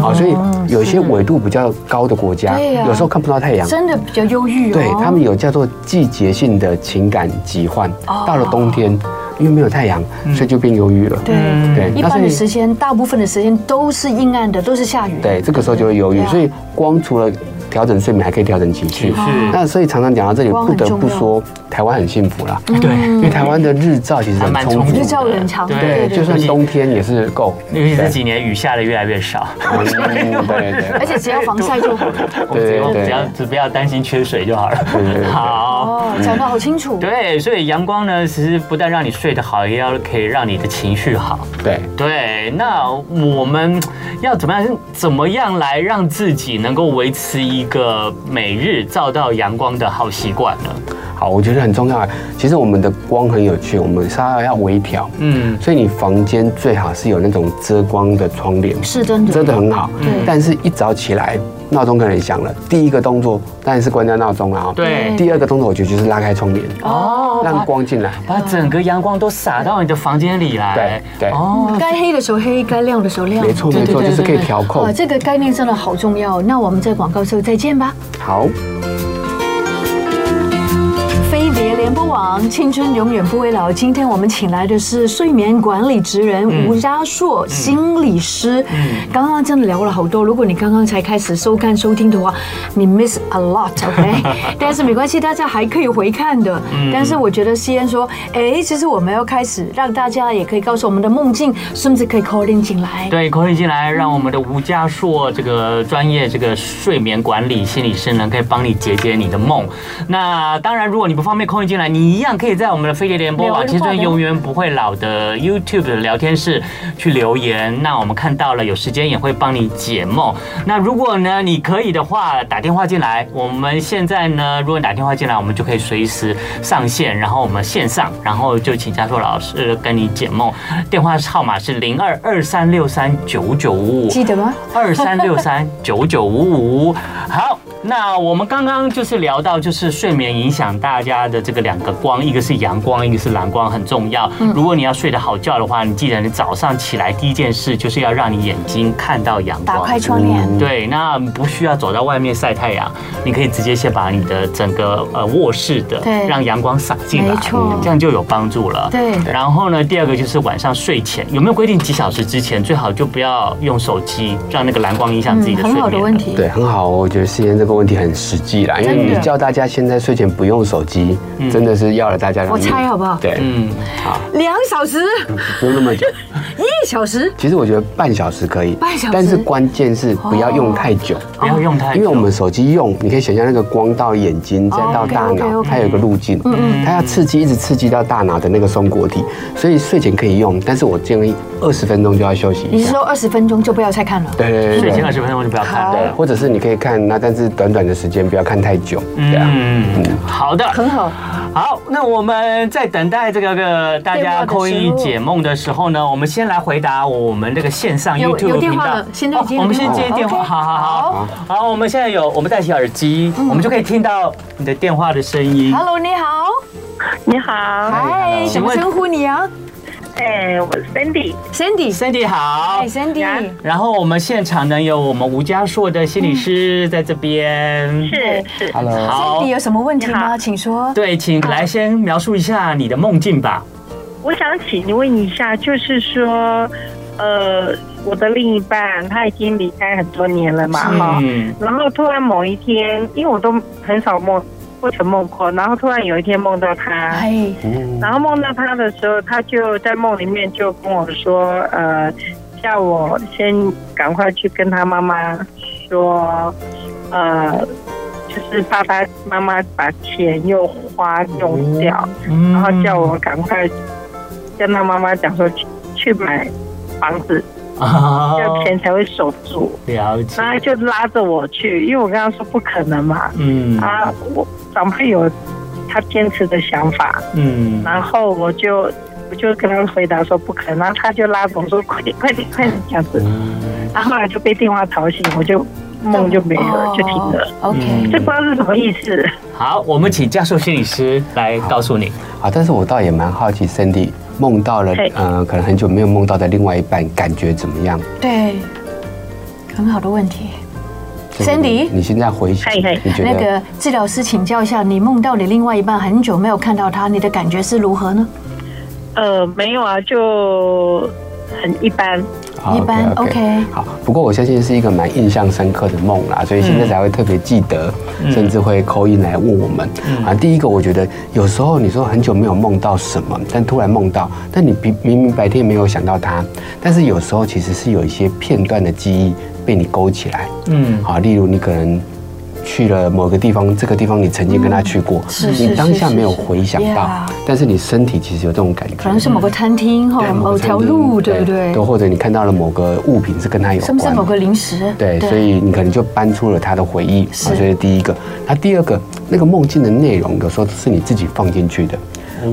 好，所以有一些纬度比较高的国家，
对呀
有时候看不到太阳。
真的比较忧郁哦，
对他们有叫做季节性的情感疾患，
哦
到了冬天，因为没有太阳，所以就变忧郁了。
对。
嗯对，
一
那所
般
以
的时间，大部分的时间都是阴暗的，都是下雨。
对，这个时候就会忧郁
对。啊
所以光除了调整睡眠，还可以调整情绪。
是
那所以常常讲到这里，
光
不
很
得
重
不
要
说台湾很幸福啦，
对，
因为台湾的日照其实很
还蛮
充
充
足
足
日
的。
照人长，
对
对，就算
尤其
冬天也是够。
因为这
对
几年雨下的越来越少，
嗯对对
而且只要防晒就好。
我们只
对
要
对
只要只不要担心缺水就好
对对
了。
对
好。
哦，讲得好清楚。
对，所以阳光呢，其实不但让你睡得好，也要可以让你的情绪好。
对。
对，那我们要怎么样？怎么样来让自己能够维持一个每日照到阳光的好习惯呢？
好，我觉得很重要。其实我们的光很有趣，我们稍微要微调，
嗯，
所以你房间最好是有那种遮光的窗帘，
是真的，
真的很好
对。
但是一早起来，闹钟可能响了，第一个动作当然是关掉闹钟了啊。
对
第二个动作，我觉得就是拉开窗帘，
哦
让光进来。
把整个阳光都洒到你的房间里来。
对对
哦，
该黑的时候黑，该亮的时候亮。
没错
对
没错
对对
就是可以调
对对
控
哇这个概念真的好重要。那我们在广告之后再见吧。
好。
飞碟联联播网，青春永远不会老。今天我们请来的是睡眠管理职人吴
嗯
家硕心理师。刚刚真的聊了好多，如果你刚刚才开始收看收听的话，你 miss a lot，OK？、但 是没关系，大家还可以回看的。
嗯
但是我觉得西安说，哎，其实我们要开始让大家也可以告诉我们的梦境，甚至可以 call in 进来。
对，口语进来，让我们的吴家硕这个专业这个睡眠管理心理师呢，可以帮你解解你的梦。那当然，如果你不方便口语进来，你一样可以在我们的飞碟联播
没有
网
我
“
就
青春
挂掉
永远不会老”的 YouTube 的聊天室去留言。那我们看到了，有时间也会帮你解梦。那如果呢，你可以的话，打电话进来。我们现在呢，如果你打电话进来，我们就可以随时上线，然后我们线上，然后就请家硕老师跟你解梦。电话号码是零二二三六三九九五五。
记得吗？
二三六三九九五五。好，那我们刚刚就是聊到，就是睡眠影响大家的这个两个光，一个是阳光，一个是蓝光，很重要。
嗯
如果你要睡得好觉的话，你记得你早上起来第一件事就是要让你眼睛看到阳
打
光
开。窗帘。
对，那不需要走到外面晒太阳，你可以直接先把你的整个呃卧室的
对
让阳光洒进来嗯
没错，
这样就有帮助了。
对
然后呢，第二个就是晚上睡前有没有规定几小时之前最好就不要用手机，让那个蓝光影响自己的
嗯
睡
很
眠。
好的问。题。
对，很好，哦我觉得试验这个问题很实际啦，因为
真的嗯
你叫大家现在睡前不用手机，真的是要了大家的
我
命
猜好不好
对，
嗯，
两小时，
不用那么久。
一小时，
其实我觉得半小时可以，
半小时哦
但是关键是不要用太久。
不要用太久，
因为我们手机用，你可以想象那个光到眼睛，再到大脑，
哦 OK，OK，OK 嗯
它有一个路径，它要刺激，一直刺激到大脑的那个松果体，所以睡前可以用，但是我建议二十分钟就要休息一
你是
下。
说二十分钟就不要再看了？
对对
睡
对
前
对
二十分钟就不要看
好
了。
对，或者是你可以看，那但是短短的时间不要看太久，对啊。
嗯，好的，
很好，
嗯
好，那我们在等待这个个大家
电话的时候
扣一解梦的时候呢，我们先来回答我们这个线上
有
YouTube
有电
频
话
道哦
了现在已经有
我们先
电话
接
了
电话，
OK，
好好好
好，
好，我们现在有我们戴起耳机，我们就可以听到你的电话的声音。
Hello，你好，
你
哎
好，
嗨，怎
请
么
问
称呼你啊
哎，我是 Cindy，
？Sandy，
Cindy 好
嗨。，Sandy，
然后我们现场呢有我们吴家硕的心理
嗯
师在这边，
是是，
Hello，
好
Sandy，有什么问题
你
吗？
好
请说。
对，请来先描述一下你的梦境吧。
我想请问一下，就是说，呃，我的另一半他已经离开很多年了嘛，哈，
嗯，
然后突然某一天，因为我都很少梦，不曾梦过，然后突然有一天梦到
啊
他，
哎，
然后梦到他的时候，他就在梦里面就跟我说，呃，叫我先赶快去跟他妈妈说，呃，就是爸爸妈妈把钱又花用掉，然
然
后叫我赶快跟他妈妈讲说去去买房子，
哦
要钱啊才会守住。
嗯了解
然，后他就拉着我去，因为我跟他说不可能嘛，
嗯
啊，我长辈有他坚持的想法，
嗯，
然后我就我就跟他回答说不可能，然后他就拉着我说快点快点快点这样子，然后后来就被电话吵醒，我就梦就没了，就停了，
哦 OK，
嗯
这不知道是什么意思。
好，我们请教授心理师来告诉你。
好，但是我倒也蛮好奇，Sandy 梦到了
嘿，
呃，可能很久没有梦到的另外一半，感觉怎么样
对，很好的问题。
你
Sandy，
你现在回想
嘿嘿，
你觉
那
得
个治疗师请教一下，你梦到你另外一半很久没有看到他，你的感觉是如何呢？
呃，没有啊，就很一般。
好
一般 OK
好，不过我相信是一个蛮印象深刻的梦啦，所以现在才会特别记得，甚至会扣音来问我们。啊，第一个我觉得有时候你说很久没有梦到什么，但突然梦到，但你明明明白天没有想到它，但是有时候其实是有一些片段的记忆被你勾起来。
嗯，
好，例如你可能去了某个地方，这个地方你曾经跟他去过，
嗯是是
你当下
是
没有
是
回想到
Yeah，
但是你身体其实有这种感觉，
可能是某个餐厅或
对某
某
个餐
条
厅
路，对不对？
都或者你看到了某个物品是跟他有
是不是
关
某。个零食？
对，所以你可能就搬出了他的回忆，
是
好这是第一个。那第二个，那个梦境的内容，有时候是你自己放进去的，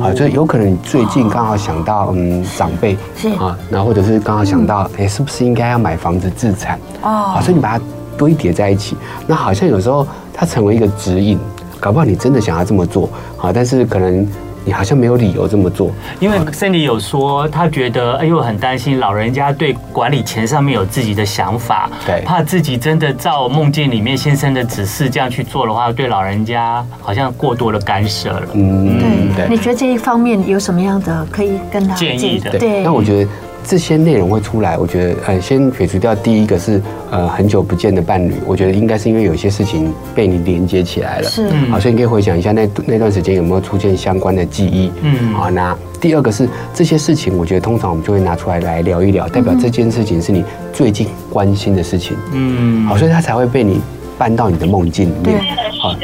啊，就是有可能你最近刚好想到，嗯，长辈
嗯是嗯
啊，然后或者是刚好想到，哎，是不是应该要买房子自产？
哦
啊，所以你把它堆叠在一起，那啊好像有时候它成为一个指引，搞不好你真的想要这么做，好，但是可能你好像没有理由这么做。
因为 Sandy 有说，他觉得哎呦很担心老人家对管理钱上面有自己的想法，
对
怕自己真的照梦境里面先生的指示这样去做的话，对老人家好像过多的干涉了。
嗯，
对，你觉得这一方面有什么样的可以跟他
建议的
对，
那我觉得这些内容会出来，我觉得呃，先撇除掉第一个是呃很久不见的伴侣，我觉得应该是因为有些事情被你连接起来了。
是
好，所以你可以回想一下那那段时间有没有出现相关的记忆。
嗯
好，那第二个是这些事情，我觉得通常我们就会拿出来来聊一聊，代表这件事情是你最近关心的事情。
嗯，
好，所以它才会被你搬到你的梦境里面。好，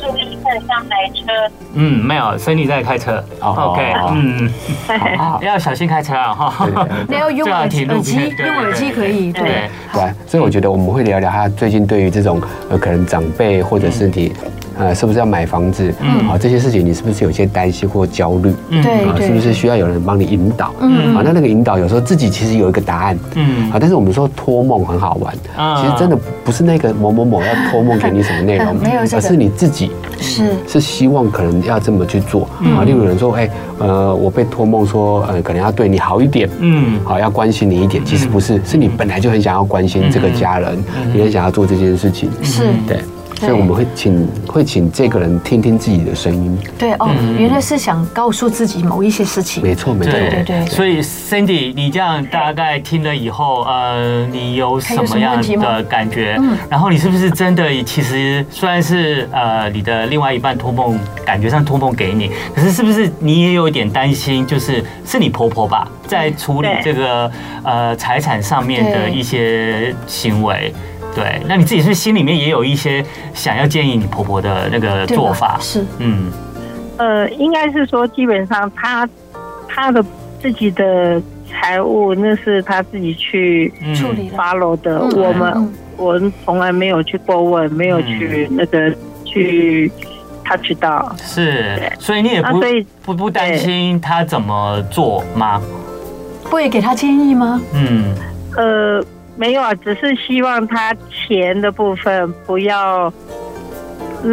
坐在上台车，
嗯，没有，Sandy 在开车。
哦
OK，
哦
嗯，
好
要小心开车啊哈
对。对对
那要用
这样
耳
挺
耳
路
机
边，对
用耳机可以，
对
对，
对啊、所以我觉得我们会聊聊他最近对于这种呃，可能长辈或者是你，
嗯
呃，是不是要买房子，嗯，啊，这些事情你是不是有些担心或焦虑，嗯
对
啊，
对
是不是需要有人帮你引导，嗯，啊，那那个引导有时候自己其实有一个答案，嗯，啊，但是我们说托梦很好玩，
啊
其实真的不是那个某某某要托梦给你什么内 容，
没有这个
而是你自己
是
是希望可能要这么去做啊。例如有人说，哎、呃，我被托梦说，呃，可能要对你好一点，
嗯
好要关心你一点。其实不是，是你本来就很想要关心这个家人，你很想要做这件事情，
是，
对。所以我们会请会请这个人听听自己的声音，
对哦，原来是想告诉自己某一些事情，
没错没错，
对对
所以 Cindy，你这样大概听了以后，呃，你有什么样的感觉？
嗯
然后你是不是真的，其实虽然是呃你的另外一半托梦，感觉上托梦给你，可是是不是你也有点担心，就是是你婆婆吧，在处理
对
这个呃财产上面的
对
一些行为？对，那你自己是不是心里面也有一些想要建议你婆婆的那个
对吧
做法？
是
嗯，
呃，应该是说基本上他他的自己的财务那是他自己去
嗯
处理了，
follow 的，
嗯
我们、
嗯
我们从来没有去过问，没有去那个、去他知道，
是，所以你也
啊
不
所以
不不担心他怎么做吗？
不会给他建议吗？
嗯
呃，没有啊，只是希望他钱的部分不要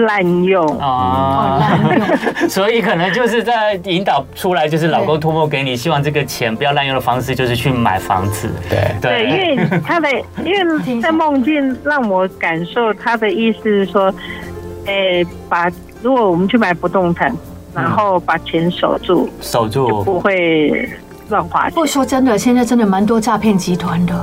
滥用。
哦，
啊，
滥用，
嗯
所以可能就是在引导出来，就是老公托梦给你，希望这个钱不要滥用的方式，就是去买房子。
对
对，
哎
因为他的，因为在梦境让我感受他的意思是说，诶、把如果我们去买不动产，然后把钱守住，
守住。
不会乱花钱
不。说真的，现在真的蛮多诈骗集团的。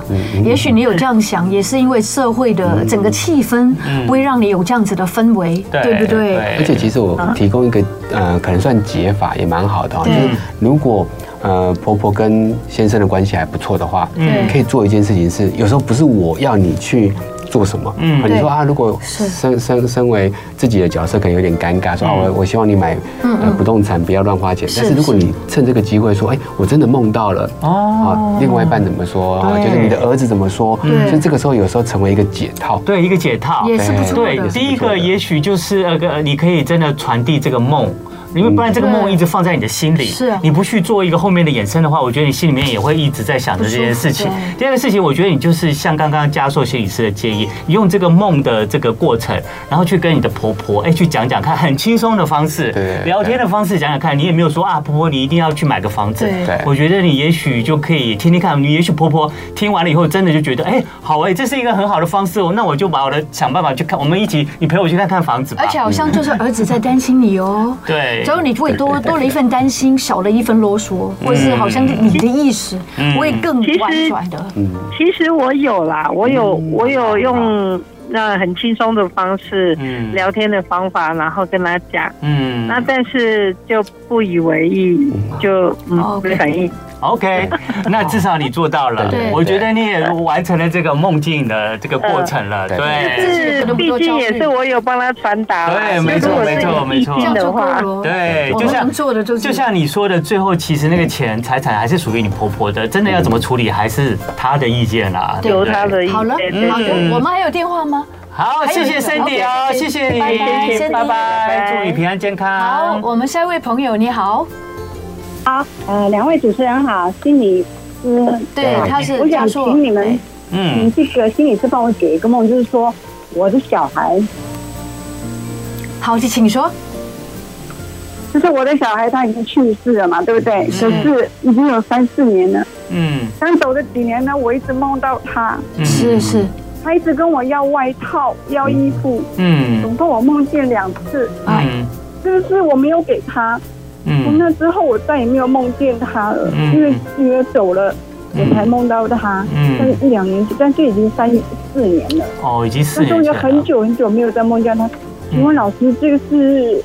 也许你有这样想，也是因为社会的整个气氛不会让你有这样子的氛围，对不对？
而且其实我提供一个呃，可能算解法也蛮好的、哦，就
对
是如果呃婆婆跟先生的关系还不错的话，
对
嗯可以做一件事情是，有时候不是我要你去。做什么？
嗯
嗯，你
对
说啊，如果
是
身身身为自己的角色，可能有点尴尬，说
嗯
啊，我我希望你买
嗯
呃不动产，不要乱花钱。但是如果你趁这个机会说，哎，我真的梦到了
哦
哦，另外一半怎么说？啊
对
就是你的儿子怎么说？所以这个时候有时候成为一个解套。
对，一个解套。
也是不错
对，
的。
第一
不错
个
的
也许就是那个，呃你可以真的传递这个梦。因为不然这个梦
对
一直放在你的心里，
嗯是啊
你不去做一个后面的衍生的话，我觉得你心里面也会一直在想着这件事情
不舒服。对
第二个事情，我觉得你就是像刚刚嘉硕心理师的建议，你用这个梦的这个过程，然后去跟你的婆婆哎去讲讲看，很轻松的方式
对，对
聊天的方式讲讲看，你也没有说啊婆婆你一定要去买个房子
对
对，
我觉得你也许就可以听听看，你也许婆婆听完了以后，真的就觉得，哎、好哎、这是一个很好的方式哦。那我就把我的想办法去看，我们一起，你陪我去看看房子吧。
而且好像就是儿子在担心你哦。
对
只，要你会多
对对对
多了一份担心，少了一份啰嗦，或是好像你的意识会更
其实
婉转的。
其实我有啦，我有、
嗯
我有用那很轻松的方式，
嗯
聊天的方法，然后跟他讲。
嗯
那但是就不以为意，就嗯
OK
没反应。
，OK，那至少你做到了
对
对，
我觉得你也完成了这个梦境的这个过程了，
对
对。
是
是，毕竟也是我有帮他传达啦。
哎对没错
就如果是
没错没错
这
意见
样
的
就够
话
了，哦。
对，
我
就
们
像
能做的就是
就像你说的，最后其实那个钱财产还是属于你婆婆的，真的要怎么处理还是她的意见啦，对不
有
对？
他的意见。
好了，
对
好的，我们还有电话吗？
好，
还有
谢谢
一个
Cindy 哦，
OK，
谢谢
拜拜
你，
，Cindy
拜拜，
拜拜
祝你平安健
嗯
好
康，。
我们下一位朋友，你好，
好，呃，两位主持人好，心理师，
对，他是
我
嘉
想
硕
请你们，
嗯
请这个心理师帮我解一个梦，就是说我的小孩，
好，请说，
就是我的小孩他已经去世了嘛，对不对？可是已经有三四年了，
嗯
但走了几年呢，我一直梦到他，
嗯
是是
他一直跟我要外套、要衣服，
嗯
总共我梦见两次，
嗯
是不是我没有给他？从
嗯
那之后我再也没有梦见他了，
嗯
因为女儿走了，
嗯
我才梦到他，
嗯
但是一两年，但是已经三四年了，
哦，已经四
那
年
中间
前
很
了，
久很久没有再梦见他。请问老师，这个是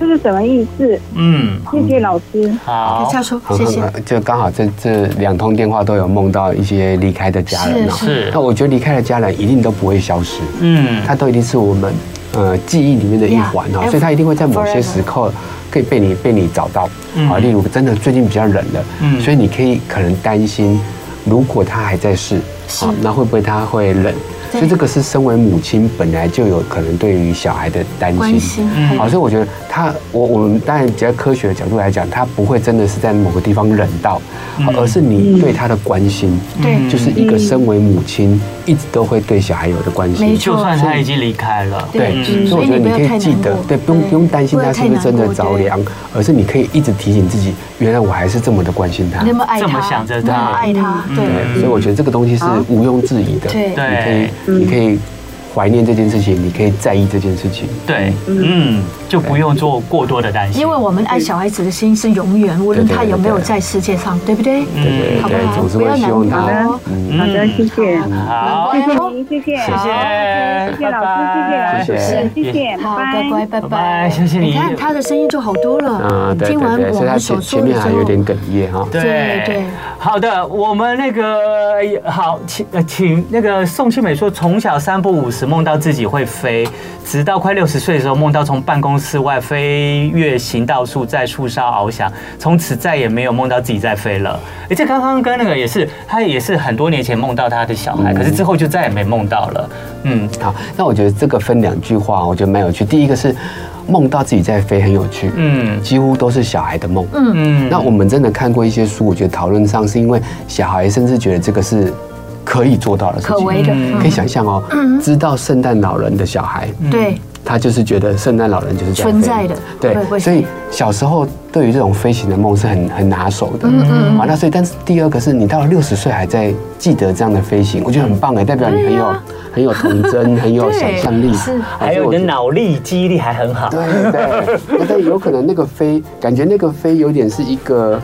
这是什么意思？
嗯，
谢谢老师。
好，
教授，
好
谢谢。
就刚好这这两通电话都有梦到一些离开的家人啊
是。
是
那，我觉得离开的家人一定都不会消失，
嗯
它都一定是我们呃记忆里面的一环
Yeah,
哦，
哎
所以它一定会在某些时刻可以被你被你找到
嗯
啊。例如真的最近比较冷了，
嗯
所以你可以可能担心，如果他还在世，
是
啊，那会不会他会
对
冷？所以这个是身为母亲本来就有可能对于小孩的担
关心嗯
心。
嗯
好，所以我觉得他，我我们当然比较科学的角度来讲，他不会真的是在某个地方冷到，
嗯
而是你对他的关心，
对
就是一个身为母亲一直都会对小孩有的关心。
没错
就算他已经离开了，
对，
嗯
所以我觉得你可以
所
记
以你不要太
得
难过，
对，不用
对
不用担心
不要
他
太
是不是真的
难过
着
对
凉，而是你可以一直提醒自己，原来我还是这么的关心他
你。那么爱他，
这么想着他
那么爱
嗯
他，对，
对，所以我觉得这个东西是毋庸置疑的。
对
对
你可以你可以怀念这件事情，你可以在意这件事情。
对，嗯，就不用做过多的担心，
因为我们爱小孩子的心是永远，无论他有没有在世界上，对不对？
对对
嗯好不
对，
好？
总是
不要
会希
难
望他
过。啊
嗯
好的，谢谢。
好，
乖
谢谢
哦
您，谢谢，
谢谢，
谢谢老
拜
师，
拜
谢
是
谢，谢谢，
好，乖
拜拜。
乖，拜
拜拜，
拜。
谢谢
你
你。
看他的声音就好多了
啊，，对
听
对
完
对，
我
所以他
们所说
前前
的
面还有
之
点
后，
哽咽哈。
对
对对
好的，我们那个呃好，请呃请那个宋庆美说，从小三不五时梦到自己会飞，直到快六十岁的时候，梦到从办公室外飞越行道树，在树梢翱翔，从此再也没有梦到自己在飞了。哎，这刚刚跟那个也是，他也是很多年前梦到他的小孩，可是之后就再也没梦到了。嗯
好，那我觉得这个分两句话，我觉得蛮有趣。第一个是梦到自己在飞很有趣，
嗯
几乎都是小孩的梦。
嗯，
那我们真的看过一些书，我觉得讨论上是因为小孩甚至觉得这个是可以做到的事情，
可为的
嗯可以想象哦，知道圣诞老人的小孩，
嗯
对，
嗯
他就是觉得圣诞老人就是这样
存
飞
在的会不
对，
会
所以
飞
小时候对于这种飞行的梦是很很拿手的，嗯嗯，好，那所以但是第二个是你到了六十岁还在记得这样的飞行，我觉得很棒哎，代表你很有很有童真，很有
啊对
想象力，
是
好
还
所以
有
我
你的
觉得
脑力、记忆力还很好。
对对，那但有可能那个飞，感觉那个飞有点是一个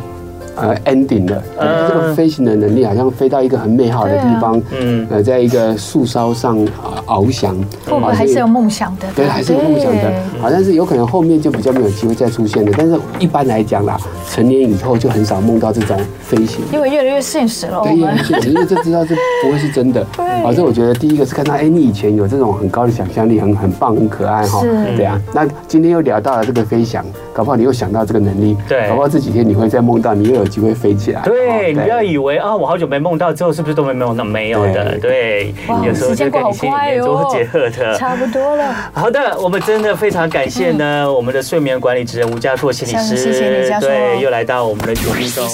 呃 ending 的，感觉这个飞行的能力好像飞到一个很美好的地方，
嗯
呃，在一个树梢上呃翱翔，啊
会不会还是有梦想的？
对，还是有梦想的，好，但是有可能后面就比较没有机会再出现了。但是一般来讲啦，成年以后就很少梦到这种飞行。
因为越来越现实了，我
对，因为
们
现实，因为这知道这不会是真的。
哦对
好，所以我觉得第一个是看到，哎，你以前有这种很高的想象力，很很棒，很可爱哈。
是
对啊。那今天又聊到了这个飞翔，搞不好你又想到这个能力，
对
搞不好这几天你会再梦到，你又有机会飞起来。哦
对，你不要以为啊，我好久没梦到，之后是不是都没梦到？没有的，对，有时候就
时间
跟
过
你
好
心里
快
面
哦
做结合的。
差不多 了。
好的，我们真的非常感谢呢，我们的睡眠管理职人吴家硕心理师，
谢谢你家硕
对，又来到我们的节目中。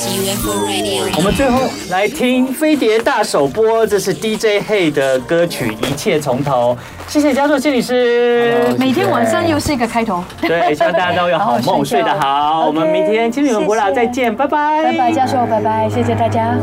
我们最后来听飞碟大首播，这是 DJ Hey 的歌曲《一切从头》，谢谢家硕心理师。
每天晚上又是一个开头。
对，希望大家都有好梦，睡得好。我们明天清理们古老再见，拜拜，
拜拜，教授，拜拜，谢谢大家。